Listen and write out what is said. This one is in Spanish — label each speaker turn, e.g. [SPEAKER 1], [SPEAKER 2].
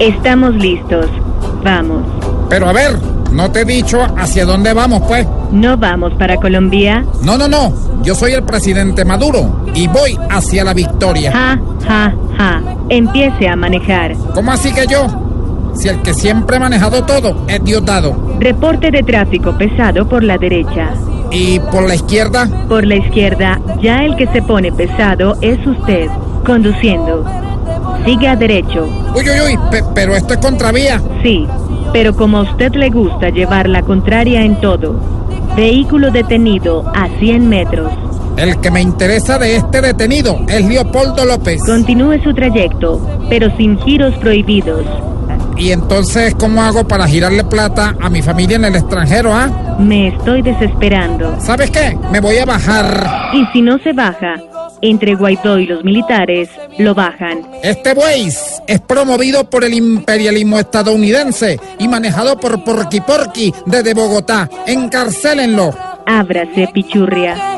[SPEAKER 1] Estamos listos. Vamos.
[SPEAKER 2] Pero a ver, no te he dicho hacia dónde vamos, pues.
[SPEAKER 1] ¿No vamos para Colombia?
[SPEAKER 2] No, no, no. Yo soy el presidente Maduro y voy hacia la victoria.
[SPEAKER 1] Ja, ja, ja. Empiece a manejar.
[SPEAKER 2] ¿Cómo así que yo? Si el que siempre ha manejado todo es Diosdado.
[SPEAKER 1] Reporte de tráfico pesado por la derecha.
[SPEAKER 2] Y por la izquierda,
[SPEAKER 1] Por la izquierda, ya el que se pone pesado es usted, conduciendo. Siga derecho.
[SPEAKER 2] uy, uy, uy, pe- pero esto es contravía.
[SPEAKER 1] Sí, pero como a usted le gusta llevar la contraria en todo, vehículo detenido a 100 metros.
[SPEAKER 2] El que me interesa de este detenido es Leopoldo López.
[SPEAKER 1] Continúe su trayecto, pero sin giros prohibidos.
[SPEAKER 2] Y entonces, ¿cómo hago para girarle plata a mi familia en el extranjero, ah?
[SPEAKER 1] Me estoy desesperando.
[SPEAKER 2] ¿Sabes qué? Me voy a bajar.
[SPEAKER 1] Y si no se baja, entre Guaidó y los militares, lo bajan.
[SPEAKER 2] Este Waze es promovido por el imperialismo estadounidense y manejado por Porky Porky desde Bogotá. Encarcélenlo.
[SPEAKER 1] Ábrase, pichurria.